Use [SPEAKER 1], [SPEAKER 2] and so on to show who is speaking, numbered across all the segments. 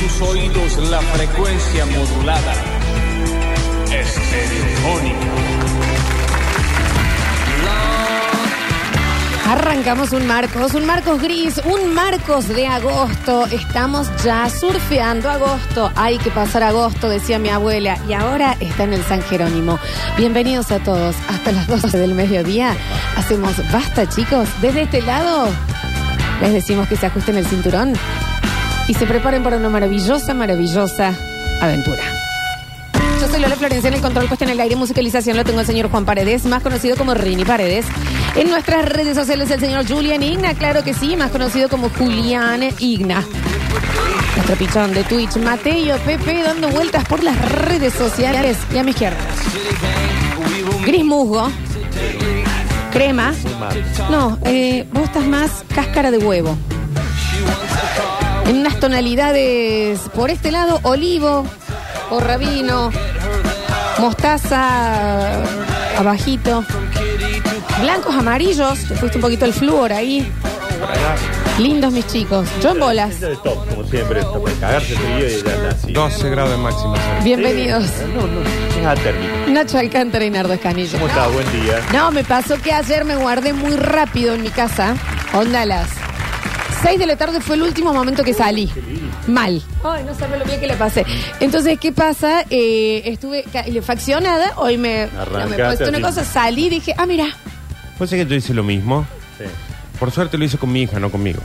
[SPEAKER 1] tus oídos la frecuencia modulada.
[SPEAKER 2] Arrancamos un Marcos, un Marcos gris, un Marcos de agosto. Estamos ya surfeando agosto. Hay que pasar agosto, decía mi abuela. Y ahora está en el San Jerónimo. Bienvenidos a todos. Hasta las 12 del mediodía hacemos basta, chicos. Desde este lado les decimos que se ajusten el cinturón y se preparen para una maravillosa, maravillosa aventura. Yo soy Lola Florencia en el control puesto en el aire musicalización. Lo tengo el señor Juan Paredes, más conocido como Rini Paredes. En nuestras redes sociales el señor Julian Igna, claro que sí, más conocido como Julián Igna. Nuestro pichón de Twitch, Mateo Pepe, dando vueltas por las redes sociales. Y a mi izquierda, Gris Musgo, Crema. No, eh, vos estás más cáscara de huevo. En unas tonalidades, por este lado, olivo, o rabino, mostaza abajito, blancos, amarillos, te fuiste un poquito el flúor ahí. Lindos mis chicos, yo en bolas.
[SPEAKER 3] Esto es top, como siempre, esto, para cagarse frío y ya está así.
[SPEAKER 4] 12 grados de máxima. sí.
[SPEAKER 2] Bienvenidos.
[SPEAKER 3] Sí, No, no, es atérmico.
[SPEAKER 2] Nacho Alcántara y Nardo Escanillo.
[SPEAKER 3] ¿Cómo estás? Buen día.
[SPEAKER 2] No, me pasó que ayer me guardé muy rápido en mi casa. Onda a las 6 de la tarde fue el último momento que salí. Mal. Ay, no sabe lo bien que le pasé. Entonces, ¿qué pasa? Eh, estuve calefaccionada. Hoy me, no, me
[SPEAKER 3] Arrancaste
[SPEAKER 2] pasó una
[SPEAKER 3] así.
[SPEAKER 2] cosa. Salí y dije, ah, mira,
[SPEAKER 4] Pues sé que yo hice lo mismo.
[SPEAKER 3] Sí.
[SPEAKER 4] Por suerte lo hice con mi hija, no conmigo.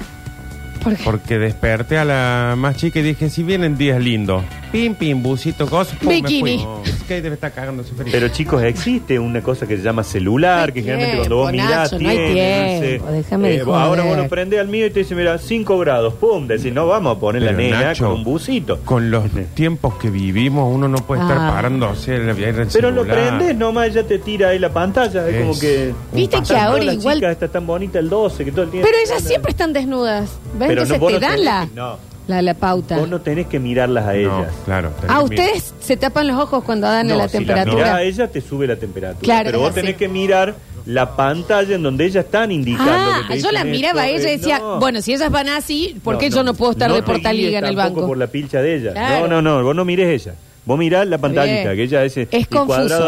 [SPEAKER 2] ¿por qué?
[SPEAKER 4] Porque desperté a la más chica y dije, si vienen días lindos. Pim, pim, busito, gozo, pum, me
[SPEAKER 2] Bikini.
[SPEAKER 4] fui. No, es que debe estar cagándose frío.
[SPEAKER 3] Pero chicos, existe una cosa que se llama celular,
[SPEAKER 2] No hay
[SPEAKER 3] que generalmente
[SPEAKER 2] tiempo,
[SPEAKER 3] cuando vos mirás,
[SPEAKER 2] Nacho, no hay
[SPEAKER 3] tiene,
[SPEAKER 2] tiempo,
[SPEAKER 3] no sé.
[SPEAKER 2] déjame de
[SPEAKER 3] vos ahora
[SPEAKER 2] joder.
[SPEAKER 3] bueno, prende al mío y te dice, mira, 5 grados, pum, decís, no vamos a poner la
[SPEAKER 4] Pero,
[SPEAKER 3] nena
[SPEAKER 4] Nacho,
[SPEAKER 3] con un busito.
[SPEAKER 4] Con los tiempos que vivimos, uno no puede estar
[SPEAKER 2] Ah.
[SPEAKER 4] parándose en la vida del
[SPEAKER 3] Pero lo
[SPEAKER 4] celular.
[SPEAKER 3] prendes, nomás ya te tira ahí la pantalla, es,
[SPEAKER 4] Es
[SPEAKER 3] como que...
[SPEAKER 4] un
[SPEAKER 2] Viste que
[SPEAKER 3] Tanto
[SPEAKER 2] ahora
[SPEAKER 3] la
[SPEAKER 2] igual-
[SPEAKER 3] chica está tan bonita el 12 que todo el tiempo...
[SPEAKER 2] Pero ellas siempre están desnudas. ¿Ves?
[SPEAKER 3] Pero
[SPEAKER 2] Entonces
[SPEAKER 3] no, vos
[SPEAKER 2] te
[SPEAKER 3] no
[SPEAKER 2] dan
[SPEAKER 3] tenés
[SPEAKER 2] la,
[SPEAKER 3] que- no.
[SPEAKER 2] la, la pauta.
[SPEAKER 3] Vos no tenés que mirarlas
[SPEAKER 4] No,
[SPEAKER 3] a ellas.
[SPEAKER 4] claro. tenés
[SPEAKER 2] ah,
[SPEAKER 4] que
[SPEAKER 2] ustedes se tapan los ojos cuando dan a
[SPEAKER 3] No,
[SPEAKER 2] la
[SPEAKER 3] si
[SPEAKER 2] temperatura.
[SPEAKER 3] mirás a ella te sube la temperatura.
[SPEAKER 2] Claro,
[SPEAKER 3] pero
[SPEAKER 2] es
[SPEAKER 3] vos
[SPEAKER 2] así.
[SPEAKER 3] tenés que mirar la pantalla en donde ellas están indicando.
[SPEAKER 2] Ah,
[SPEAKER 3] que te
[SPEAKER 2] yo
[SPEAKER 3] dicen
[SPEAKER 2] la
[SPEAKER 3] esto,
[SPEAKER 2] miraba a
[SPEAKER 3] eh,
[SPEAKER 2] ella y decía,
[SPEAKER 3] no.
[SPEAKER 2] bueno, si ellas van así, ¿por qué
[SPEAKER 3] No,
[SPEAKER 2] yo
[SPEAKER 3] no.
[SPEAKER 2] no puedo estar
[SPEAKER 3] No
[SPEAKER 2] de
[SPEAKER 3] te
[SPEAKER 2] portaliga
[SPEAKER 3] guíes
[SPEAKER 2] en el
[SPEAKER 3] tampoco
[SPEAKER 2] banco?
[SPEAKER 3] por la pilcha de ella.
[SPEAKER 2] Claro.
[SPEAKER 3] No, no, no, vos no mires ella. Vos mirás la pantallita,
[SPEAKER 2] Bien.
[SPEAKER 3] que ella ese
[SPEAKER 2] Es
[SPEAKER 3] el cuadrado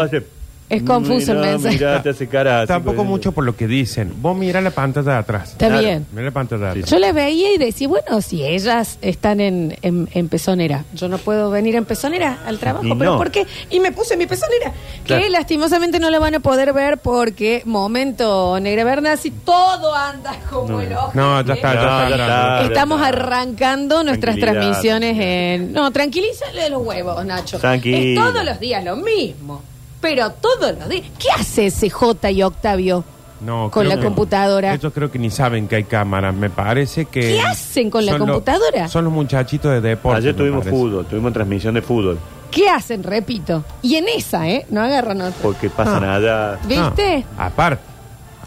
[SPEAKER 2] confuso.
[SPEAKER 3] hace-
[SPEAKER 2] Es confuso el
[SPEAKER 3] Mirá,
[SPEAKER 2] mensaje.
[SPEAKER 3] mirá, te hace cara así,
[SPEAKER 4] Tampoco
[SPEAKER 3] pues,
[SPEAKER 4] mucho por lo que dicen. Vos mira la pantalla de atrás.
[SPEAKER 2] Está
[SPEAKER 3] Claro.
[SPEAKER 2] bien.
[SPEAKER 4] Mira la pantalla de atrás.
[SPEAKER 2] Yo la veía y decía, bueno, si ellas están en, en, en pezonera, yo no puedo venir en pezonera al trabajo,
[SPEAKER 3] Y
[SPEAKER 2] pero
[SPEAKER 3] no.
[SPEAKER 2] ¿por qué? Y me puse mi pezonera, que
[SPEAKER 3] Claro.
[SPEAKER 2] lastimosamente no la van a poder ver porque, momento, Negra Bernasi, todo anda como el ojo.
[SPEAKER 4] No, ya está,
[SPEAKER 3] No,
[SPEAKER 4] ya
[SPEAKER 3] ya
[SPEAKER 4] está.
[SPEAKER 3] está.
[SPEAKER 2] Estamos arrancando nuestras
[SPEAKER 3] Tranquilidad.
[SPEAKER 2] transmisiones en... No, tranquilízale los huevos, Nacho.
[SPEAKER 3] Tranquilo.
[SPEAKER 2] Es todos los días lo mismo, pero todos los días. ¿Qué hace ese J y Octavio
[SPEAKER 4] No,
[SPEAKER 2] con la
[SPEAKER 4] creo que-
[SPEAKER 2] computadora?
[SPEAKER 4] Ellos creo que ni saben que hay cámaras. Me parece que.
[SPEAKER 2] ¿Qué hacen con la
[SPEAKER 4] son los-
[SPEAKER 2] computadora?
[SPEAKER 4] son los muchachitos de deporte.
[SPEAKER 3] Ayer
[SPEAKER 4] me
[SPEAKER 3] tuvimos
[SPEAKER 4] parece.
[SPEAKER 3] fútbol, tuvimos transmisión de fútbol,
[SPEAKER 2] ¿Qué hacen? Repito. Y en esa, ¿eh? No agarran otra.
[SPEAKER 3] porque pasan
[SPEAKER 4] Ah.
[SPEAKER 3] allá.
[SPEAKER 2] ¿Viste?
[SPEAKER 4] Ah, aparte.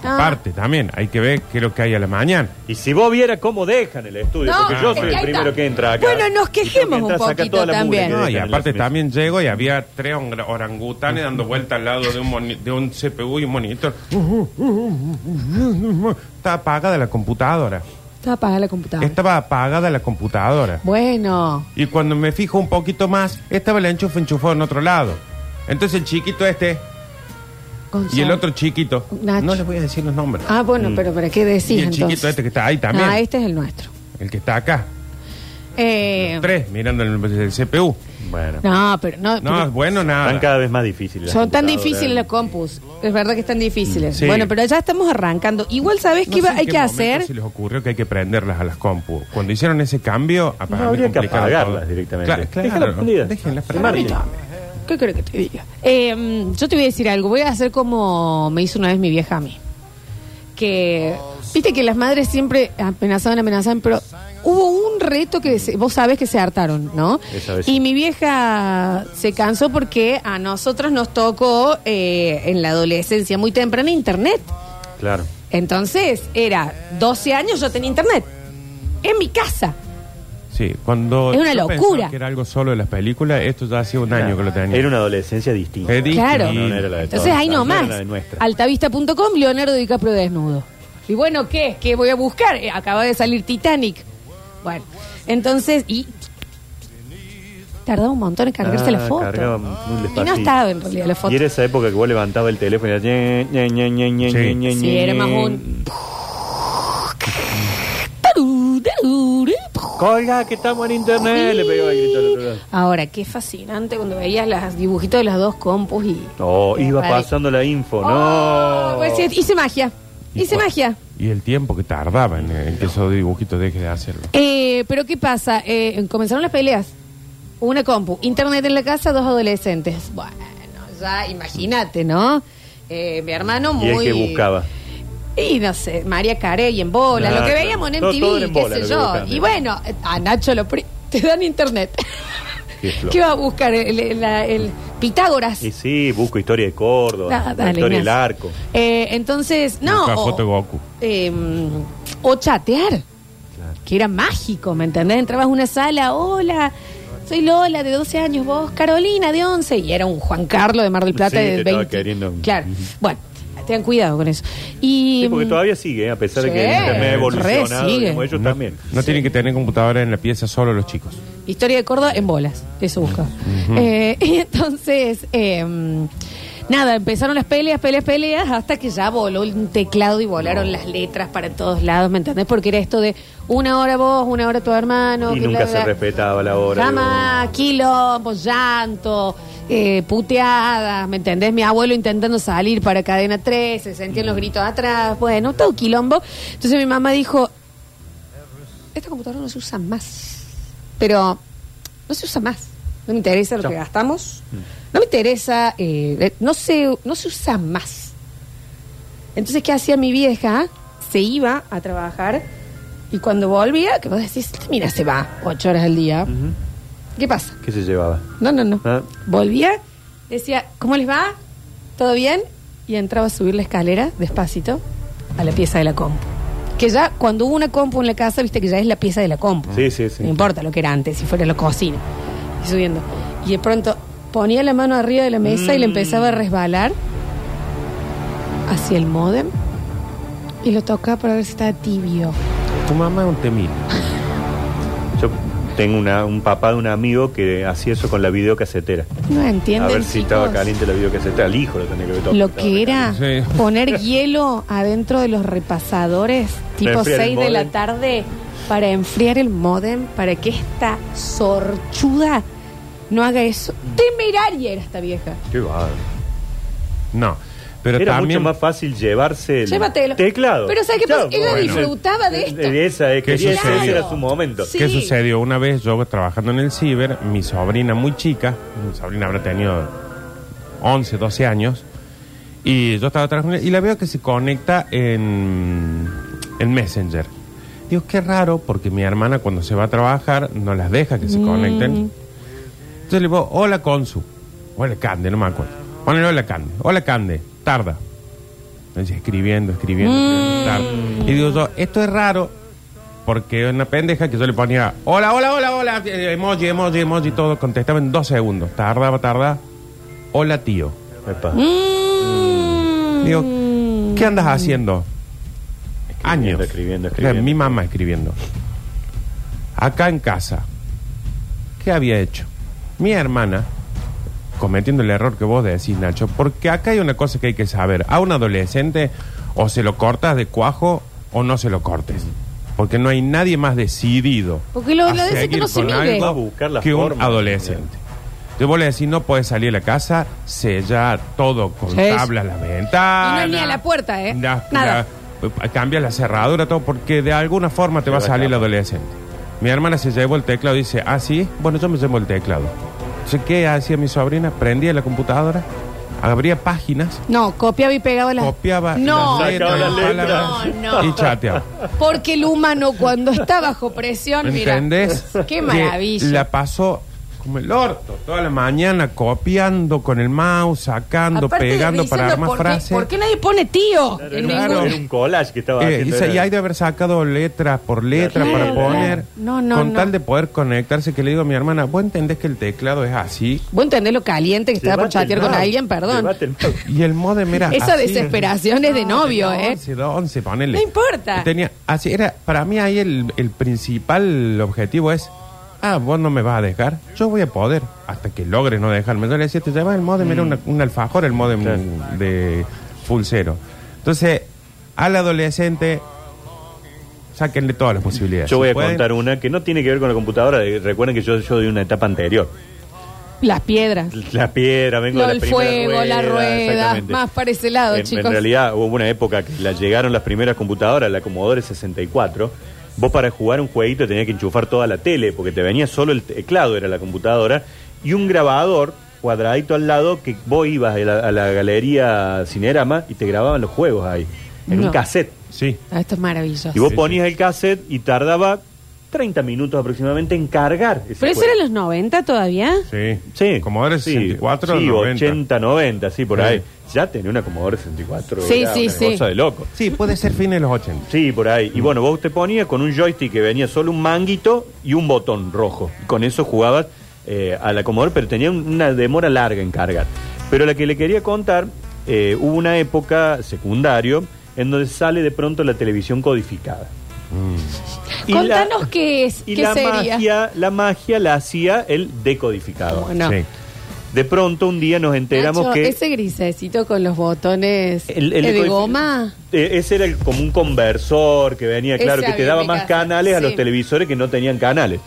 [SPEAKER 2] Ah.
[SPEAKER 4] Aparte también. Hay que ver qué es lo que hay a la mañana.
[SPEAKER 3] Y si vos vieras cómo dejan el estudio,
[SPEAKER 2] No,
[SPEAKER 3] porque yo
[SPEAKER 2] es
[SPEAKER 3] soy
[SPEAKER 2] que
[SPEAKER 3] el
[SPEAKER 2] ahí
[SPEAKER 3] primero
[SPEAKER 2] está.
[SPEAKER 3] que entra acá.
[SPEAKER 2] Bueno, nos
[SPEAKER 3] Y tengo
[SPEAKER 2] quejemos
[SPEAKER 3] que
[SPEAKER 2] un
[SPEAKER 3] entrar a sacar
[SPEAKER 2] poquito
[SPEAKER 3] toda la mugre
[SPEAKER 2] también.
[SPEAKER 3] que
[SPEAKER 2] No,
[SPEAKER 4] No,
[SPEAKER 3] dejan
[SPEAKER 4] y
[SPEAKER 3] en la
[SPEAKER 4] aparte
[SPEAKER 3] transmisión.
[SPEAKER 4] también llego y había tres ongra- orangutanes dando vuelta al lado de un, moni- de un CPU y un monitor. Está apagada la computadora.
[SPEAKER 2] Está apagada la computadora.
[SPEAKER 4] Estaba apagada la computadora.
[SPEAKER 2] Bueno.
[SPEAKER 4] Y cuando me fijo un poquito más, estaba el enchufe enchufado en otro lado. Entonces el chiquito este
[SPEAKER 2] Gonzalo.
[SPEAKER 4] y el otro chiquito.
[SPEAKER 2] Nacho.
[SPEAKER 4] No les voy a decir los nombres.
[SPEAKER 2] Ah, bueno,
[SPEAKER 3] Mm.
[SPEAKER 2] pero ¿para qué decís
[SPEAKER 4] y el
[SPEAKER 2] entonces?
[SPEAKER 4] chiquito este que está ahí también.
[SPEAKER 2] Ah, este es el nuestro.
[SPEAKER 4] El que está acá.
[SPEAKER 2] Eh,
[SPEAKER 4] Tres, mirando el, el CPU.
[SPEAKER 3] Bueno,
[SPEAKER 2] no, pero no.
[SPEAKER 4] No,
[SPEAKER 2] pero
[SPEAKER 4] es bueno
[SPEAKER 3] están
[SPEAKER 4] nada.
[SPEAKER 3] cada vez más difíciles. las
[SPEAKER 2] son tan
[SPEAKER 3] computadoras.
[SPEAKER 2] difíciles los compus. Es verdad que están difíciles.
[SPEAKER 4] Sí.
[SPEAKER 2] Bueno, pero ya estamos arrancando. Igual, ¿sabes
[SPEAKER 4] No
[SPEAKER 2] qué
[SPEAKER 4] sé
[SPEAKER 2] va-
[SPEAKER 4] en
[SPEAKER 2] hay
[SPEAKER 4] qué
[SPEAKER 2] que
[SPEAKER 4] momento
[SPEAKER 2] hacer?
[SPEAKER 4] Se les ocurrió que hay que prenderlas a las compu. Cuando hicieron ese cambio, a- para
[SPEAKER 3] No,
[SPEAKER 4] mí
[SPEAKER 3] habría que
[SPEAKER 4] complicaron todo.
[SPEAKER 3] apagarlas directamente.
[SPEAKER 4] Cla- Claro,
[SPEAKER 3] Déjalas prendidas.
[SPEAKER 4] Déjenlas
[SPEAKER 3] Se
[SPEAKER 4] prendidas.
[SPEAKER 3] marchan.
[SPEAKER 2] ¿Qué crees que te diga? Eh, mm, yo te voy a decir algo. Voy a hacer como me hizo una vez mi vieja a mí. Que, viste que las madres siempre amenazaban, amenazaban, pero hubo un reto que se- vos sabés que se hartaron, ¿no?
[SPEAKER 3] Esa vez sí.
[SPEAKER 2] Y mi vieja se cansó porque a nosotros nos tocó eh, en la adolescencia muy temprana internet.
[SPEAKER 3] Claro.
[SPEAKER 2] Entonces, era 12 años, yo tenía internet. En mi casa.
[SPEAKER 4] Sí, cuando
[SPEAKER 2] Es una
[SPEAKER 4] yo pensaba
[SPEAKER 2] locura.
[SPEAKER 4] que era algo solo de las películas, esto ya hacía un año que lo tenía.
[SPEAKER 3] Era una adolescencia distinta.
[SPEAKER 4] Era distinta.
[SPEAKER 2] Claro.
[SPEAKER 4] No, no
[SPEAKER 3] era la de
[SPEAKER 2] Entonces
[SPEAKER 3] todos.
[SPEAKER 2] ahí
[SPEAKER 3] No,
[SPEAKER 2] nomás.
[SPEAKER 3] no era la nuestra.
[SPEAKER 2] Altavista.com, Leonardo DiCaprio desnudo. Y bueno, ¿qué? ¿Qué voy a buscar? Eh, Acaba de salir Titanic. Bueno, entonces, y Tardaba un montón en cargarse
[SPEAKER 3] Ah,
[SPEAKER 2] la foto.
[SPEAKER 3] cargaba muy
[SPEAKER 2] y no
[SPEAKER 3] despacito.
[SPEAKER 2] estaba en realidad la foto.
[SPEAKER 3] Y era esa época que vos levantabas el teléfono y hacías... ñe, ñe, ñe, ñe,
[SPEAKER 4] Sí.
[SPEAKER 3] ñe, ñe,
[SPEAKER 2] Sí, era más
[SPEAKER 3] ñe.
[SPEAKER 2] un- Tarú, tarú, tarú.
[SPEAKER 3] ¡Colga, que estamos en internet! Le pegaba el grito al otro lado.
[SPEAKER 2] Ahora, qué fascinante cuando veías los dibujitos de las dos compus y.
[SPEAKER 3] No, Oh, iba
[SPEAKER 2] Vale.
[SPEAKER 3] pasando la info,
[SPEAKER 2] Oh,
[SPEAKER 3] no.
[SPEAKER 2] pues sí, hice magia.
[SPEAKER 4] Y
[SPEAKER 2] Hice
[SPEAKER 4] cua-
[SPEAKER 2] magia.
[SPEAKER 4] Y el tiempo que tardaba en, en que esos dibujitos deje de hacerlo.
[SPEAKER 2] Eh, pero ¿qué pasa? Eh, comenzaron las peleas. Una compu, internet en la casa, dos adolescentes. Bueno, ya imagínate, ¿no? Eh, mi hermano
[SPEAKER 3] y
[SPEAKER 2] muy...
[SPEAKER 3] el que buscaba.
[SPEAKER 2] Y no sé, María Carey en bola,
[SPEAKER 3] Ah,
[SPEAKER 2] lo que
[SPEAKER 3] claro.
[SPEAKER 2] veíamos en
[SPEAKER 3] Todo-
[SPEAKER 2] MTV,
[SPEAKER 3] todo era en
[SPEAKER 2] qué
[SPEAKER 3] bola
[SPEAKER 2] sé
[SPEAKER 3] lo que
[SPEAKER 2] yo.
[SPEAKER 3] buscaban.
[SPEAKER 2] Y bueno, eh, a Nacho lo pri- te dan internet.
[SPEAKER 3] Qué flojo.
[SPEAKER 2] ¿Qué va a buscar? El, el- la- el Pitágoras.
[SPEAKER 3] Y sí, busco historia de Córdoba,
[SPEAKER 2] Da-
[SPEAKER 3] la
[SPEAKER 2] dale,
[SPEAKER 3] historia del
[SPEAKER 2] Ignacio.
[SPEAKER 3] arco.
[SPEAKER 2] Eh, entonces, no.
[SPEAKER 4] Busca
[SPEAKER 2] o-
[SPEAKER 4] foto de Goku.
[SPEAKER 2] eh, o chatear, que era mágico, ¿me entendés? Entrabas a una sala, hola, soy Lola de 12 años, vos Carolina de 11, y era un Juan Carlos de Mar del Plata
[SPEAKER 3] Sí,
[SPEAKER 2] de
[SPEAKER 3] te estaba
[SPEAKER 2] 20.
[SPEAKER 3] queriendo.
[SPEAKER 2] Claro, bueno, tengan cuidado con eso. Y, mm,
[SPEAKER 3] Sí, porque todavía sigue, ¿eh? a pesar de que el
[SPEAKER 2] Sí,
[SPEAKER 3] internet ha
[SPEAKER 4] re
[SPEAKER 3] evolucionado,
[SPEAKER 2] sigue.
[SPEAKER 3] como ellos
[SPEAKER 4] no,
[SPEAKER 3] también.
[SPEAKER 4] No tienen que tener computadora en la pieza solo los chicos.
[SPEAKER 2] Historia de Córdoba en bolas, eso buscaba. Eh, y entonces, eh, nada, empezaron las peleas, peleas, peleas, hasta que ya voló un teclado y volaron las letras para todos lados, ¿me entendés? Porque era esto de una hora vos, una hora tu hermano.
[SPEAKER 3] y
[SPEAKER 2] que
[SPEAKER 3] nunca
[SPEAKER 2] bla,
[SPEAKER 3] se
[SPEAKER 2] bla, bla.
[SPEAKER 3] respetaba la hora.
[SPEAKER 2] Llama, quilombo, llanto, eh, puteadas, ¿me entendés? Mi abuelo intentando salir para cadena 3, se sentían los gritos atrás, bueno, todo quilombo. Entonces mi mamá digo, esta computadora no se usa más, pero no se usa más. No me interesa lo
[SPEAKER 3] Chao.
[SPEAKER 2] que gastamos, no me interesa, eh, eh, no, se, no se usa más. Entonces, ¿qué hacía mi vieja? Se iba a trabajar y cuando volvía, que vos decís, "Esta mira, se va ocho horas al día.
[SPEAKER 3] Ujú.
[SPEAKER 2] ¿Qué pasa?
[SPEAKER 3] ¿Qué se llevaba?
[SPEAKER 2] No, no, no.
[SPEAKER 3] Ah.
[SPEAKER 2] Volvía, decía, ¿cómo les va? ¿Todo bien? Y entraba a subir la escalera despacito a la pieza de la compu. Que ya cuando hubo una compu en la casa, viste que ya es la pieza de la compu.
[SPEAKER 3] Sí, sí, sí.
[SPEAKER 2] No importa lo que era antes, si fuera la cocina. Y subiendo. Y de pronto ponía la mano arriba de la mesa y le
[SPEAKER 3] Mm.
[SPEAKER 2] empezaba a resbalar hacia el modem y lo tocaba para ver si estaba tibio.
[SPEAKER 4] Tu mamá es un temil.
[SPEAKER 3] Yo tengo una- un papá de un amigo que hacía eso con la videocasetera.
[SPEAKER 2] No entienden,
[SPEAKER 3] A ver si estaba
[SPEAKER 2] chicos?
[SPEAKER 3] caliente la videocasetera. Al hijo lo tenía que ver todo.
[SPEAKER 2] Lo que era
[SPEAKER 4] Sí.
[SPEAKER 2] poner hielo adentro de los repasadores, tipo
[SPEAKER 3] enfriar el
[SPEAKER 2] 6 de la
[SPEAKER 3] módem.
[SPEAKER 2] tarde, para enfriar el modem, para que esta sorchuda no haga eso. Temeraria era esta vieja.
[SPEAKER 3] Qué bárbaro.
[SPEAKER 4] No. Pero
[SPEAKER 3] Era
[SPEAKER 4] también.
[SPEAKER 3] mucho más fácil llevarse el
[SPEAKER 2] Llévatelo.
[SPEAKER 3] teclado.
[SPEAKER 2] Pero ¿sabes qué
[SPEAKER 3] Chao,
[SPEAKER 2] pasa? Ella
[SPEAKER 3] bueno.
[SPEAKER 2] disfrutaba de esto.
[SPEAKER 3] De esa, eh,
[SPEAKER 4] ¿Qué
[SPEAKER 3] quería-
[SPEAKER 4] sucedió?
[SPEAKER 3] ese era su momento.
[SPEAKER 2] Sí.
[SPEAKER 4] ¿Qué sucedió? Una vez yo trabajando en el ciber, mi sobrina muy chica, mi sobrina habrá tenido 11, 12 años, y yo estaba trabajando y la veo que se conecta en, en Messenger. Digo, qué raro, porque mi hermana cuando se va a trabajar no las deja que se conecten. Entonces le digo, hola Consu, hola Cande, no me acuerdo. Ponle hola Cande, hola Cande, tarda. Entonces escribiendo, escribiendo, escribiendo, tarda. Y digo yo, esto es raro, porque era una pendeja que yo le ponía hola, hola, hola, hola, eh, emoji, emoji, emoji, todo, contestaba en dos segundos. Tardaba, tardaba. Hola, tío.
[SPEAKER 3] Epa.
[SPEAKER 2] Mm,
[SPEAKER 4] Digo, ¿qué andas haciendo? Años.
[SPEAKER 3] escribiendo,
[SPEAKER 4] Era
[SPEAKER 3] escribiendo.
[SPEAKER 4] Mi mamá escribiendo. Acá en casa, ¿qué había hecho? Mi hermana, cometiendo el error que vos decís, Nacho, porque acá hay una cosa que hay que saber. A un adolescente o se lo cortas de cuajo o no se lo cortes. Porque no hay nadie más decidido.
[SPEAKER 2] Porque lo-
[SPEAKER 4] a
[SPEAKER 2] lo dice que
[SPEAKER 4] seguir
[SPEAKER 2] no se
[SPEAKER 4] con
[SPEAKER 2] mide.
[SPEAKER 4] algo
[SPEAKER 3] Va a buscar la
[SPEAKER 4] que un
[SPEAKER 3] forma.
[SPEAKER 4] adolescente. Yo vos le decís, no puedes salir a la casa, sella todo con
[SPEAKER 2] Sí.
[SPEAKER 4] tablas las ventanas.
[SPEAKER 2] Y no es ni a la puerta, ¿eh?
[SPEAKER 4] La-
[SPEAKER 2] Nada.
[SPEAKER 4] la- cambia la cerradura, todo, porque de alguna forma te
[SPEAKER 3] Le
[SPEAKER 4] va a
[SPEAKER 3] va a
[SPEAKER 4] salir el
[SPEAKER 3] escapar.
[SPEAKER 4] adolescente. Mi hermana se llevó el teclado y dice, ah, sí, bueno, yo me llevo el teclado. Entonces, ¿qué hacía mi sobrina? Prendía la computadora, abría páginas,
[SPEAKER 2] No, copiaba y pegaba la.
[SPEAKER 4] copiaba
[SPEAKER 2] No,
[SPEAKER 4] las letras,
[SPEAKER 3] Sacaba
[SPEAKER 4] las
[SPEAKER 3] las letras.
[SPEAKER 4] palabras
[SPEAKER 2] No, no.
[SPEAKER 4] y chateaba.
[SPEAKER 2] Porque el humano cuando está bajo presión, Ah, mira.
[SPEAKER 4] ¿Entendés?
[SPEAKER 2] Qué
[SPEAKER 4] Que
[SPEAKER 2] maravilla.
[SPEAKER 4] La pasó como el orto toda la mañana copiando con el mouse, sacando,
[SPEAKER 2] Aparte de
[SPEAKER 4] pegando para
[SPEAKER 2] diciendo,
[SPEAKER 4] armar
[SPEAKER 2] ¿por qué-
[SPEAKER 4] frases.
[SPEAKER 2] ¿Por qué nadie pone tío?
[SPEAKER 3] Claro,
[SPEAKER 2] en
[SPEAKER 3] era, un-
[SPEAKER 4] Claro.
[SPEAKER 2] ningún-
[SPEAKER 3] era un collage que estaba
[SPEAKER 4] Eh, y,
[SPEAKER 3] haciendo.
[SPEAKER 4] se- y hay de haber sacado letra por letra
[SPEAKER 2] Claro,
[SPEAKER 4] para
[SPEAKER 2] claro.
[SPEAKER 4] poner,
[SPEAKER 2] No, no,
[SPEAKER 4] con
[SPEAKER 2] no.
[SPEAKER 4] tal de poder conectarse, que le digo a mi hermana, ¿vos entendés que el teclado es así?
[SPEAKER 2] Vos entendés lo caliente que estaba por
[SPEAKER 3] Llévate el
[SPEAKER 2] chatear con
[SPEAKER 3] mouse,
[SPEAKER 2] alguien, perdón.
[SPEAKER 3] llévate el mouse.
[SPEAKER 4] Y el modem era
[SPEAKER 2] Esa
[SPEAKER 4] así.
[SPEAKER 2] desesperación es de novio,
[SPEAKER 4] Tenía
[SPEAKER 2] ¿eh?
[SPEAKER 4] 11, 12, ponele. ah,
[SPEAKER 2] No importa.
[SPEAKER 4] Tenía, así era, para mí ahí el, el principal objetivo es, Ah, vos no me vas a dejar. Yo voy a poder hasta que logres no dejarme. Yo le decía, te llevas el modem, era una- un alfajor el modem
[SPEAKER 3] Mm. Claro.
[SPEAKER 4] de Fulcero. Entonces, al adolescente, sáquenle todas las posibilidades.
[SPEAKER 3] Yo voy
[SPEAKER 4] Si
[SPEAKER 3] a
[SPEAKER 4] pueden,
[SPEAKER 3] contar una que no tiene que ver con la computadora. eh, Recuerden que yo, yo de una etapa anterior.
[SPEAKER 2] Las piedras.
[SPEAKER 3] La piedra, vengo
[SPEAKER 2] Lo
[SPEAKER 3] de la
[SPEAKER 2] del
[SPEAKER 3] primera
[SPEAKER 2] fuego, la rueda,
[SPEAKER 3] exactamente.
[SPEAKER 2] más para ese lado,
[SPEAKER 3] En-
[SPEAKER 2] chicos.
[SPEAKER 3] En realidad hubo una época que la llegaron las primeras computadoras, la Commodore 64. Vos para jugar un jueguito tenías que enchufar toda la tele, porque te venía solo el teclado, era la computadora, y un grabador cuadradito al lado que vos ibas a la, a la galería Cinerama y te grababan los juegos ahí, en
[SPEAKER 2] No.
[SPEAKER 3] un cassette.
[SPEAKER 4] Sí.
[SPEAKER 2] Ah, esto es maravilloso.
[SPEAKER 3] Y vos
[SPEAKER 4] Sí,
[SPEAKER 3] ponías el cassette y tardaba 30 minutos aproximadamente en cargar. ese
[SPEAKER 2] ¿Pero eso
[SPEAKER 3] juego.
[SPEAKER 2] era los 90 todavía?
[SPEAKER 4] Sí.
[SPEAKER 3] Sí.
[SPEAKER 4] Commodore
[SPEAKER 3] Sí,
[SPEAKER 4] 64,
[SPEAKER 3] sí,
[SPEAKER 4] 90.
[SPEAKER 3] 80, 90, sí, por
[SPEAKER 4] Sí.
[SPEAKER 3] ahí. Ya tenía una Commodore 64.
[SPEAKER 2] Sí,
[SPEAKER 3] era
[SPEAKER 2] sí,
[SPEAKER 3] una
[SPEAKER 2] sí.
[SPEAKER 3] Cosa de loco.
[SPEAKER 4] Sí, puede ser fines de los 80.
[SPEAKER 3] Sí, por ahí. Y bueno, vos te ponías con un joystick que venía solo un manguito y un botón rojo. Y con eso jugabas eh, a la Commodore, pero tenía un- una demora larga en cargar. Pero la que le quería contar, eh, hubo una época secundario en donde sale de pronto la televisión codificada. Y la-
[SPEAKER 2] Contanos qué es,
[SPEAKER 3] y
[SPEAKER 2] qué
[SPEAKER 3] la
[SPEAKER 2] sería.
[SPEAKER 3] magia, la magia la hacía el decodificador.
[SPEAKER 2] Bueno,
[SPEAKER 4] Sí.
[SPEAKER 3] De pronto un día nos enteramos
[SPEAKER 2] Nacho,
[SPEAKER 3] que
[SPEAKER 2] ese grisecito con los botones eh, de
[SPEAKER 3] decodifi-
[SPEAKER 2] goma.
[SPEAKER 3] Eh, ese era el- como un conversor que venía,
[SPEAKER 2] Ese
[SPEAKER 3] claro, que te
[SPEAKER 2] había en
[SPEAKER 3] daba
[SPEAKER 2] mi
[SPEAKER 3] más
[SPEAKER 2] casa,
[SPEAKER 3] canales a
[SPEAKER 2] sí.
[SPEAKER 3] los televisores que no tenían canales.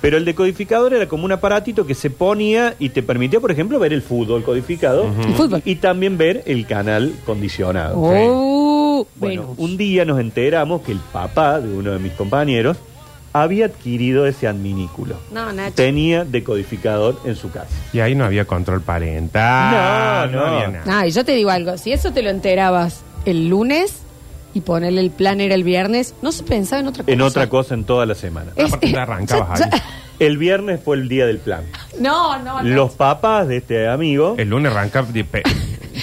[SPEAKER 3] Pero el decodificador era como un aparatito que se ponía y te permitía, por ejemplo, ver el fútbol codificado
[SPEAKER 2] El fútbol.
[SPEAKER 3] y también ver el canal condicionado.
[SPEAKER 2] Oh,
[SPEAKER 3] Bueno,
[SPEAKER 2] bueno.
[SPEAKER 3] un día nos enteramos que el papá de uno de mis compañeros había adquirido ese adminículo.
[SPEAKER 2] No, Nacho.
[SPEAKER 3] Tenía decodificador en su casa.
[SPEAKER 4] Y ahí no había control parental.
[SPEAKER 3] No,
[SPEAKER 4] No,
[SPEAKER 3] no.
[SPEAKER 4] había nada.
[SPEAKER 2] Ah, y yo te digo algo, si eso te lo enterabas el lunes y ponerle el plan era el viernes, no se pensaba en otra cosa.
[SPEAKER 3] En otra cosa en toda la semana.
[SPEAKER 2] Es-
[SPEAKER 4] Aparte te arrancabas ahí.
[SPEAKER 3] El viernes fue el día del plan.
[SPEAKER 2] No, no, no.
[SPEAKER 3] Los papás de este amigo.
[SPEAKER 4] El lunes arranca. de pe-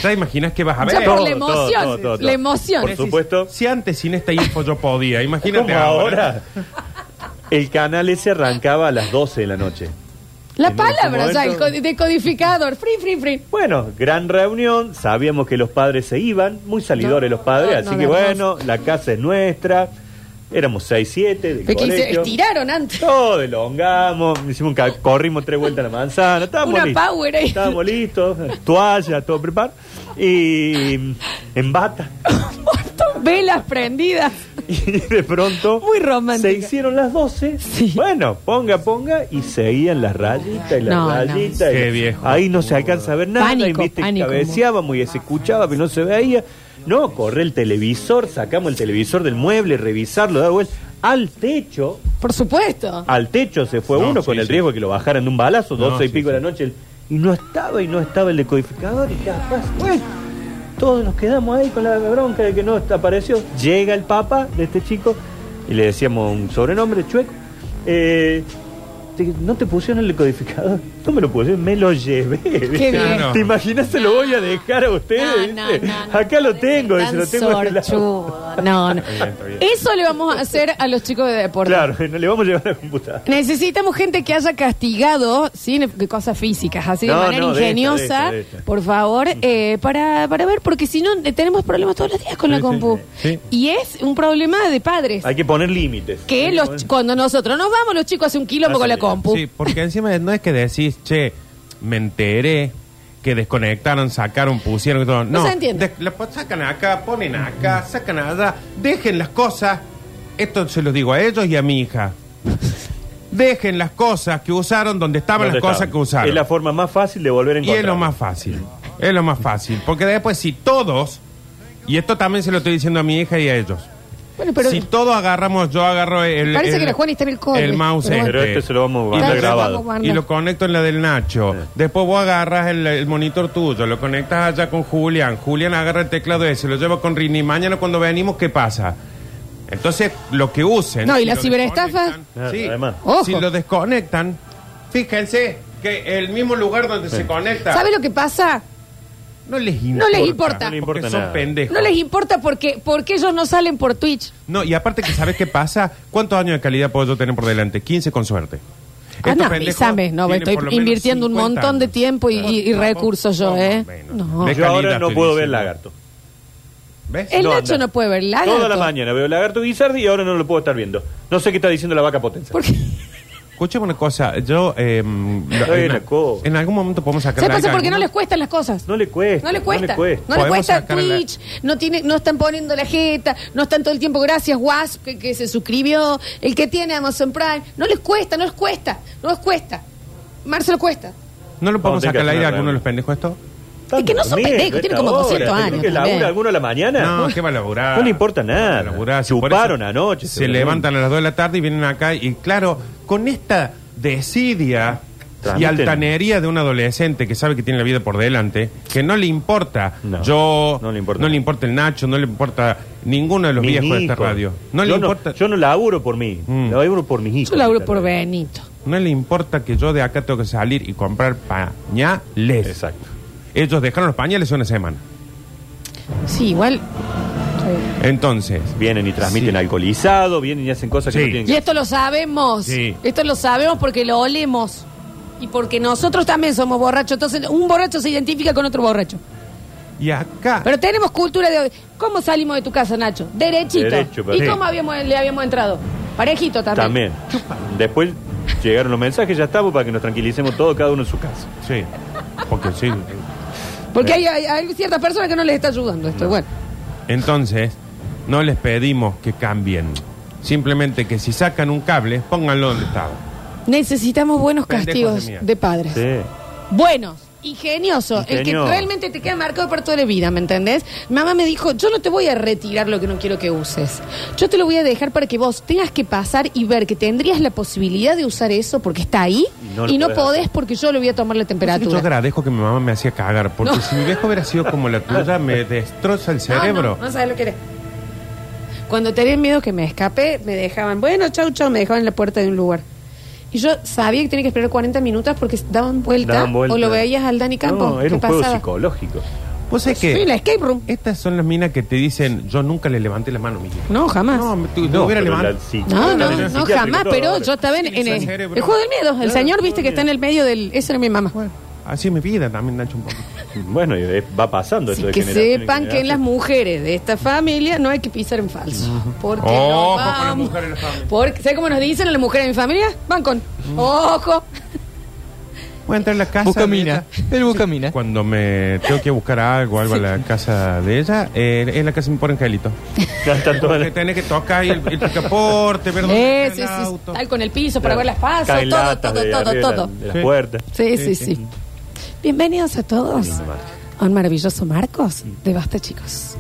[SPEAKER 4] ¿Ya imaginas que vas a ver?
[SPEAKER 2] Ya por la
[SPEAKER 3] Todo, todo,
[SPEAKER 2] emoción,
[SPEAKER 3] todo, todo, todo.
[SPEAKER 2] la emoción.
[SPEAKER 3] Por supuesto.
[SPEAKER 4] Si antes sin esta info yo podía, imagínate
[SPEAKER 3] Como ahora. El canal ese arrancaba a las 12 de la noche.
[SPEAKER 2] La
[SPEAKER 3] en
[SPEAKER 2] palabra,
[SPEAKER 3] ese
[SPEAKER 2] ya, el
[SPEAKER 3] momento-
[SPEAKER 2] co- decodificador, free, free, free.
[SPEAKER 3] Bueno, gran reunión. Sabíamos que los padres se iban. Muy salidores
[SPEAKER 2] No,
[SPEAKER 3] los padres.
[SPEAKER 2] no,
[SPEAKER 3] así
[SPEAKER 2] no,
[SPEAKER 3] que
[SPEAKER 2] no,
[SPEAKER 3] bueno, la casa es nuestra. Éramos 6, 7.
[SPEAKER 2] Fue que se estiraron antes.
[SPEAKER 3] Todo elongamos. Hicimos un ca- corrimos tres vueltas a la manzana. Estábamos
[SPEAKER 2] Una
[SPEAKER 3] listos.
[SPEAKER 2] power ahí.
[SPEAKER 3] Estábamos listos. Toalla, todo preparado. Y en bata.
[SPEAKER 2] Velas prendidas.
[SPEAKER 3] Y de pronto.
[SPEAKER 2] Muy romántica.
[SPEAKER 3] Se hicieron las 12.
[SPEAKER 2] Sí.
[SPEAKER 3] Bueno, ponga, ponga. Y seguían las rayitas y las
[SPEAKER 2] No, no.
[SPEAKER 3] rayitas. y-
[SPEAKER 4] Qué viejo.
[SPEAKER 3] Ahí no se alcanza a ver nada.
[SPEAKER 2] Pánico,
[SPEAKER 3] y viste,
[SPEAKER 2] pánico.
[SPEAKER 3] cabeceábamos y se escuchaba, pero no se veía. No, corre el televisor, sacamos el televisor del mueble, revisarlo, da vuelta. Al techo,
[SPEAKER 2] Por supuesto.
[SPEAKER 3] al techo se fue
[SPEAKER 4] No,
[SPEAKER 3] uno
[SPEAKER 4] sí,
[SPEAKER 3] con el
[SPEAKER 4] sí.
[SPEAKER 3] riesgo de que lo bajaran de un balazo,
[SPEAKER 4] No,
[SPEAKER 3] 12 y
[SPEAKER 4] sí,
[SPEAKER 3] pico de
[SPEAKER 4] sí.
[SPEAKER 3] la noche. el- y no estaba, y no estaba el decodificador, y capaz, bueno, todos nos quedamos ahí con la bronca de que no apareció. Llega el papá de este chico, y le decíamos un sobrenombre, chueco. eh, te- no te pusieron el decodificador. No me lo pusieron, me lo llevé. dice.
[SPEAKER 2] bien.
[SPEAKER 3] ¿Te imaginas? Se lo voy a dejar a ustedes.
[SPEAKER 2] No,
[SPEAKER 3] dice.
[SPEAKER 2] no, no,
[SPEAKER 3] Acá
[SPEAKER 2] no,
[SPEAKER 3] lo tengo,
[SPEAKER 2] tan
[SPEAKER 3] dice, lo tengo en el lado.
[SPEAKER 2] sorchudo. No, no. Eso le vamos a hacer a los chicos de deporte.
[SPEAKER 3] Claro, no le vamos a llevar la computadora.
[SPEAKER 2] Necesitamos gente que haya castigado, sin de cosas físicas, así de
[SPEAKER 3] No,
[SPEAKER 2] manera
[SPEAKER 3] no, de esta,
[SPEAKER 2] ingeniosa,
[SPEAKER 3] de esta, Mm. de esta.
[SPEAKER 2] por favor, eh, para, para ver, porque si no eh, tenemos problemas todos los días con la
[SPEAKER 4] Sí,
[SPEAKER 2] compu.
[SPEAKER 4] sí, sí.
[SPEAKER 2] Y es un problema de padres.
[SPEAKER 3] Hay que poner límites. Hay
[SPEAKER 2] que los
[SPEAKER 3] poner-
[SPEAKER 2] ch- cuando nosotros nos vamos, los chicos hacen un quilombo
[SPEAKER 3] Hacen
[SPEAKER 2] con la
[SPEAKER 3] bien.
[SPEAKER 2] compu.
[SPEAKER 4] Sí, porque encima no es que decís, che, me enteré que desconectaron, sacaron, pusieron y todo. No,
[SPEAKER 2] No se entiende.
[SPEAKER 4] des- la po- sacan acá, ponen acá, sacan allá, dejen las cosas. Esto se los digo a ellos y a mi hija. Dejen las cosas que usaron donde estaban
[SPEAKER 3] ¿Dónde
[SPEAKER 4] las cosas
[SPEAKER 3] estaban?
[SPEAKER 4] que usaron.
[SPEAKER 3] Es la forma más fácil de volver a
[SPEAKER 4] Y
[SPEAKER 3] encontrar.
[SPEAKER 4] es lo más fácil. Es lo más fácil. Porque después, si todos, y esto también se lo estoy diciendo a mi hija y a ellos,
[SPEAKER 2] Bueno, pero
[SPEAKER 4] si todos agarramos, yo agarro el.
[SPEAKER 2] Parece
[SPEAKER 4] el-
[SPEAKER 2] que la Juani está en el cole.
[SPEAKER 4] El mouse
[SPEAKER 2] Pero
[SPEAKER 4] este.
[SPEAKER 3] Pero este se lo vamos a
[SPEAKER 4] Y
[SPEAKER 3] mandar
[SPEAKER 4] lo-
[SPEAKER 3] grabado.
[SPEAKER 2] vamos a-
[SPEAKER 4] Y lo conecto en la del Nacho. Después vos agarras el, el monitor tuyo, lo conectas allá con Julián. Julián agarra el teclado ese, lo lleva con Rini. Mañana cuando venimos, ¿qué pasa? Entonces, lo que usen.
[SPEAKER 2] No, y
[SPEAKER 4] si
[SPEAKER 2] la
[SPEAKER 4] lo
[SPEAKER 2] ciberestafa.
[SPEAKER 4] desconectan,
[SPEAKER 3] Ah,
[SPEAKER 4] sí,
[SPEAKER 3] además.
[SPEAKER 4] Si
[SPEAKER 2] Ojo.
[SPEAKER 4] lo desconectan, fíjense que el mismo lugar donde se conecta.
[SPEAKER 2] ¿sabe lo que pasa?
[SPEAKER 4] No les
[SPEAKER 2] No
[SPEAKER 4] importa.
[SPEAKER 2] les importa.
[SPEAKER 3] No les
[SPEAKER 4] porque
[SPEAKER 3] importa
[SPEAKER 4] son
[SPEAKER 3] nada.
[SPEAKER 4] pendejos.
[SPEAKER 2] No les importa porque, porque ellos no salen por Twitch.
[SPEAKER 4] No, y aparte que sabes qué pasa, ¿cuántos años de calidad puedo yo tener por delante? 15 con suerte.
[SPEAKER 2] Ah,
[SPEAKER 4] Estos
[SPEAKER 2] no,
[SPEAKER 4] pendejos
[SPEAKER 2] avísame, no,
[SPEAKER 4] tienen
[SPEAKER 2] estoy
[SPEAKER 4] por lo menos
[SPEAKER 2] invirtiendo un
[SPEAKER 4] 50
[SPEAKER 2] montón de
[SPEAKER 4] años.
[SPEAKER 2] tiempo y, y- y
[SPEAKER 4] Tampoco,
[SPEAKER 2] recursos yo,
[SPEAKER 4] tampoco,
[SPEAKER 2] ¿eh?
[SPEAKER 4] menos.
[SPEAKER 2] No.
[SPEAKER 4] De
[SPEAKER 3] Yo ahora
[SPEAKER 4] calidad
[SPEAKER 3] no
[SPEAKER 4] estoy
[SPEAKER 3] puedo ver
[SPEAKER 4] diciendo.
[SPEAKER 3] lagarto.
[SPEAKER 4] ¿Ves?
[SPEAKER 2] El
[SPEAKER 3] No,
[SPEAKER 2] Nacho
[SPEAKER 3] anda.
[SPEAKER 2] no puede ver
[SPEAKER 4] Ah,
[SPEAKER 2] lagarto.
[SPEAKER 3] Toda la mañana veo lagarto Guisardi y ahora no lo puedo estar viendo. No sé qué está diciendo la vaca potencia.
[SPEAKER 2] Porque
[SPEAKER 4] Escuchame una cosa, yo... eh, lo-
[SPEAKER 3] Ay,
[SPEAKER 4] en,
[SPEAKER 3] la cosa.
[SPEAKER 4] en algún momento podemos sacar...
[SPEAKER 2] ¿Sabes
[SPEAKER 4] la-
[SPEAKER 2] pasa? Porque no
[SPEAKER 4] algunos-
[SPEAKER 2] les cuestan las cosas.
[SPEAKER 3] No le cuesta.
[SPEAKER 2] No le cuesta. No le cuesta,
[SPEAKER 4] Podemos sacar la-
[SPEAKER 2] Twitch, no, tiene, no están poniendo la jeta, no están todo el tiempo, gracias Wasp que, que se suscribió, el que tiene Amazon Prime. No les cuesta, no les cuesta, no les cuesta. Marcelo cuesta.
[SPEAKER 4] ¿No lo podemos
[SPEAKER 3] Vamos a tener que
[SPEAKER 4] sacar al aire a
[SPEAKER 3] hacer una
[SPEAKER 4] alguno de los pendejos esto?
[SPEAKER 2] Es que no son
[SPEAKER 3] También,
[SPEAKER 2] pendejos, tienen como
[SPEAKER 3] esta
[SPEAKER 2] 200
[SPEAKER 3] hora,
[SPEAKER 2] años
[SPEAKER 3] ¿tienen que
[SPEAKER 2] también.
[SPEAKER 3] labura alguno a la mañana?
[SPEAKER 4] No, ¿qué va a laburar?
[SPEAKER 3] No le importa nada.
[SPEAKER 4] Va a laburar, si
[SPEAKER 3] Chuparon
[SPEAKER 4] por eso
[SPEAKER 3] anoche,
[SPEAKER 4] Se
[SPEAKER 3] seguramente.
[SPEAKER 4] levantan a las 2 de la tarde y vienen acá. Y claro, con esta desidia y
[SPEAKER 3] Transmiten.
[SPEAKER 4] altanería de un adolescente que sabe que tiene la vida por delante, que no le importa
[SPEAKER 3] No,
[SPEAKER 4] yo,
[SPEAKER 3] no le importa.
[SPEAKER 4] el Nacho, no le importa ninguno de los
[SPEAKER 3] Mis
[SPEAKER 4] viejos de esta
[SPEAKER 3] hijos.
[SPEAKER 4] radio. No
[SPEAKER 3] Yo
[SPEAKER 4] le importa.
[SPEAKER 3] Yo no laburo por mí,
[SPEAKER 4] Mm.
[SPEAKER 3] laburo por mis hijos.
[SPEAKER 2] Yo laburo por
[SPEAKER 3] ver.
[SPEAKER 2] Benito.
[SPEAKER 4] No le importa que yo de acá tengo que salir y comprar pañales.
[SPEAKER 3] Exacto.
[SPEAKER 4] Ellos dejaron los pañales una semana.
[SPEAKER 2] Sí, igual.
[SPEAKER 4] Entonces,
[SPEAKER 3] Vienen y transmiten
[SPEAKER 4] Sí.
[SPEAKER 3] alcoholizado, vienen y hacen cosas
[SPEAKER 4] Sí.
[SPEAKER 3] que no tienen
[SPEAKER 2] Y
[SPEAKER 3] que
[SPEAKER 2] esto lo sabemos.
[SPEAKER 4] Sí.
[SPEAKER 2] Esto lo sabemos porque lo olemos. Y porque nosotros también somos borrachos. Entonces, un borracho se identifica con otro borracho.
[SPEAKER 4] y acá.
[SPEAKER 2] Pero tenemos cultura de... ¿Cómo salimos de tu casa, Nacho? Derechito.
[SPEAKER 3] Derecho, pero
[SPEAKER 2] ¿Y
[SPEAKER 3] sí.
[SPEAKER 2] cómo habíamos, le habíamos entrado? Parejito también.
[SPEAKER 3] También. Después llegaron los mensajes, ya estamos para que nos tranquilicemos todos, cada uno en su casa.
[SPEAKER 4] Sí. Porque sí.
[SPEAKER 2] Porque hay, hay- hay ciertas personas que no les está ayudando esto. Bueno,
[SPEAKER 4] Entonces, no les pedimos que cambien. Simplemente que si sacan un cable, pónganlo donde estaba.
[SPEAKER 2] necesitamos buenos
[SPEAKER 4] Pendejos
[SPEAKER 2] castigos
[SPEAKER 4] de
[SPEAKER 2] de,
[SPEAKER 4] mierda.
[SPEAKER 2] padres.
[SPEAKER 3] Sí.
[SPEAKER 2] Buenos. Ingenioso, el que
[SPEAKER 3] Ingenioso.
[SPEAKER 2] realmente te queda marcado para toda la vida, ¿me entendés? Mi Mamá me dijo, yo no te voy a retirar lo que no quiero que uses. Yo te lo voy a dejar para que vos tengas que pasar y ver que tendrías la posibilidad de usar eso porque está ahí
[SPEAKER 3] Y
[SPEAKER 2] y
[SPEAKER 3] no
[SPEAKER 2] no,
[SPEAKER 3] lo podés hacer.
[SPEAKER 2] podés porque yo le voy a tomar la
[SPEAKER 4] Yo
[SPEAKER 2] temperatura.
[SPEAKER 4] agradezco que mi mamá me hacía cagar, porque
[SPEAKER 2] No. Ah,
[SPEAKER 4] si mi viejo hubiera sido como la tuya, me destroza el cerebro.
[SPEAKER 2] No, no, no sabes lo que eres. Cuando tenía miedo que me escape, me dejaban, bueno, chau, chau, me dejaban en la puerta de un lugar. Y yo sabía que tenía que esperar 40 minutos porque daban vuelta,
[SPEAKER 3] Daban vuelta.
[SPEAKER 2] o lo veías al Dani Campo.
[SPEAKER 3] No, era
[SPEAKER 2] que
[SPEAKER 3] un juego
[SPEAKER 2] pasaba.
[SPEAKER 3] psicológico.
[SPEAKER 4] Vos sabés
[SPEAKER 2] Sí, la
[SPEAKER 4] que
[SPEAKER 2] escape room.
[SPEAKER 4] estas son las minas que te dicen, yo nunca le levanté la mano, mi viejo.
[SPEAKER 2] No, jamás.
[SPEAKER 4] No,
[SPEAKER 2] No,
[SPEAKER 4] me, tu- me hubiera
[SPEAKER 3] pero
[SPEAKER 4] levantado.
[SPEAKER 3] la psiqui-
[SPEAKER 2] no,
[SPEAKER 3] la
[SPEAKER 2] no,
[SPEAKER 3] del psiquiátrico
[SPEAKER 2] jamás,
[SPEAKER 3] todo
[SPEAKER 2] pero
[SPEAKER 3] ahora.
[SPEAKER 2] yo estaba en, en
[SPEAKER 4] Utilizar
[SPEAKER 2] el,
[SPEAKER 4] cerebro.
[SPEAKER 2] el juego del miedo. El
[SPEAKER 3] Claro,
[SPEAKER 2] señor,
[SPEAKER 3] el
[SPEAKER 2] viste,
[SPEAKER 3] juego
[SPEAKER 2] que
[SPEAKER 3] del
[SPEAKER 2] está en el medio del... Eso era mi mamá.
[SPEAKER 4] Bueno, así es mi vida también, Nacho, un poco.
[SPEAKER 3] Bueno, y es- va pasando
[SPEAKER 2] Así
[SPEAKER 3] eso de
[SPEAKER 2] que
[SPEAKER 3] generación en
[SPEAKER 2] sepan que en las
[SPEAKER 3] generación.
[SPEAKER 2] mujeres de esta familia no hay que pisar en falso. Porque no
[SPEAKER 4] Ojo con las
[SPEAKER 2] vamos.
[SPEAKER 4] mujeres de la familia.
[SPEAKER 2] Porque, ¿Sabes cómo nos dicen a las mujeres de mi familia? Van con. Ojo.
[SPEAKER 4] Voy a entrar a la casa.
[SPEAKER 5] Busca
[SPEAKER 4] de
[SPEAKER 5] mina.
[SPEAKER 4] ella.
[SPEAKER 5] Él busca mina.
[SPEAKER 4] Cuando me tengo que buscar algo, algo a la casa de ella, eh, en la casa me pone angelito.
[SPEAKER 3] Ya están todas
[SPEAKER 4] Porque
[SPEAKER 3] las-
[SPEAKER 4] tenés que tocar ahí el, el picaporte, ver dónde
[SPEAKER 2] Sí, sí,
[SPEAKER 4] está el
[SPEAKER 2] sí.
[SPEAKER 4] auto.
[SPEAKER 2] Tal con el piso para ver las pasas.
[SPEAKER 3] Caen
[SPEAKER 2] Todo,
[SPEAKER 3] latas
[SPEAKER 2] todo,
[SPEAKER 3] de
[SPEAKER 2] todo,
[SPEAKER 3] arriba de la-
[SPEAKER 2] todo.
[SPEAKER 3] de las
[SPEAKER 4] Sí.
[SPEAKER 3] puertas.
[SPEAKER 2] Sí, sí,
[SPEAKER 4] Sí, sí.
[SPEAKER 2] sí. Bienvenidos a todos a un maravilloso Marcos de Basta, chicos.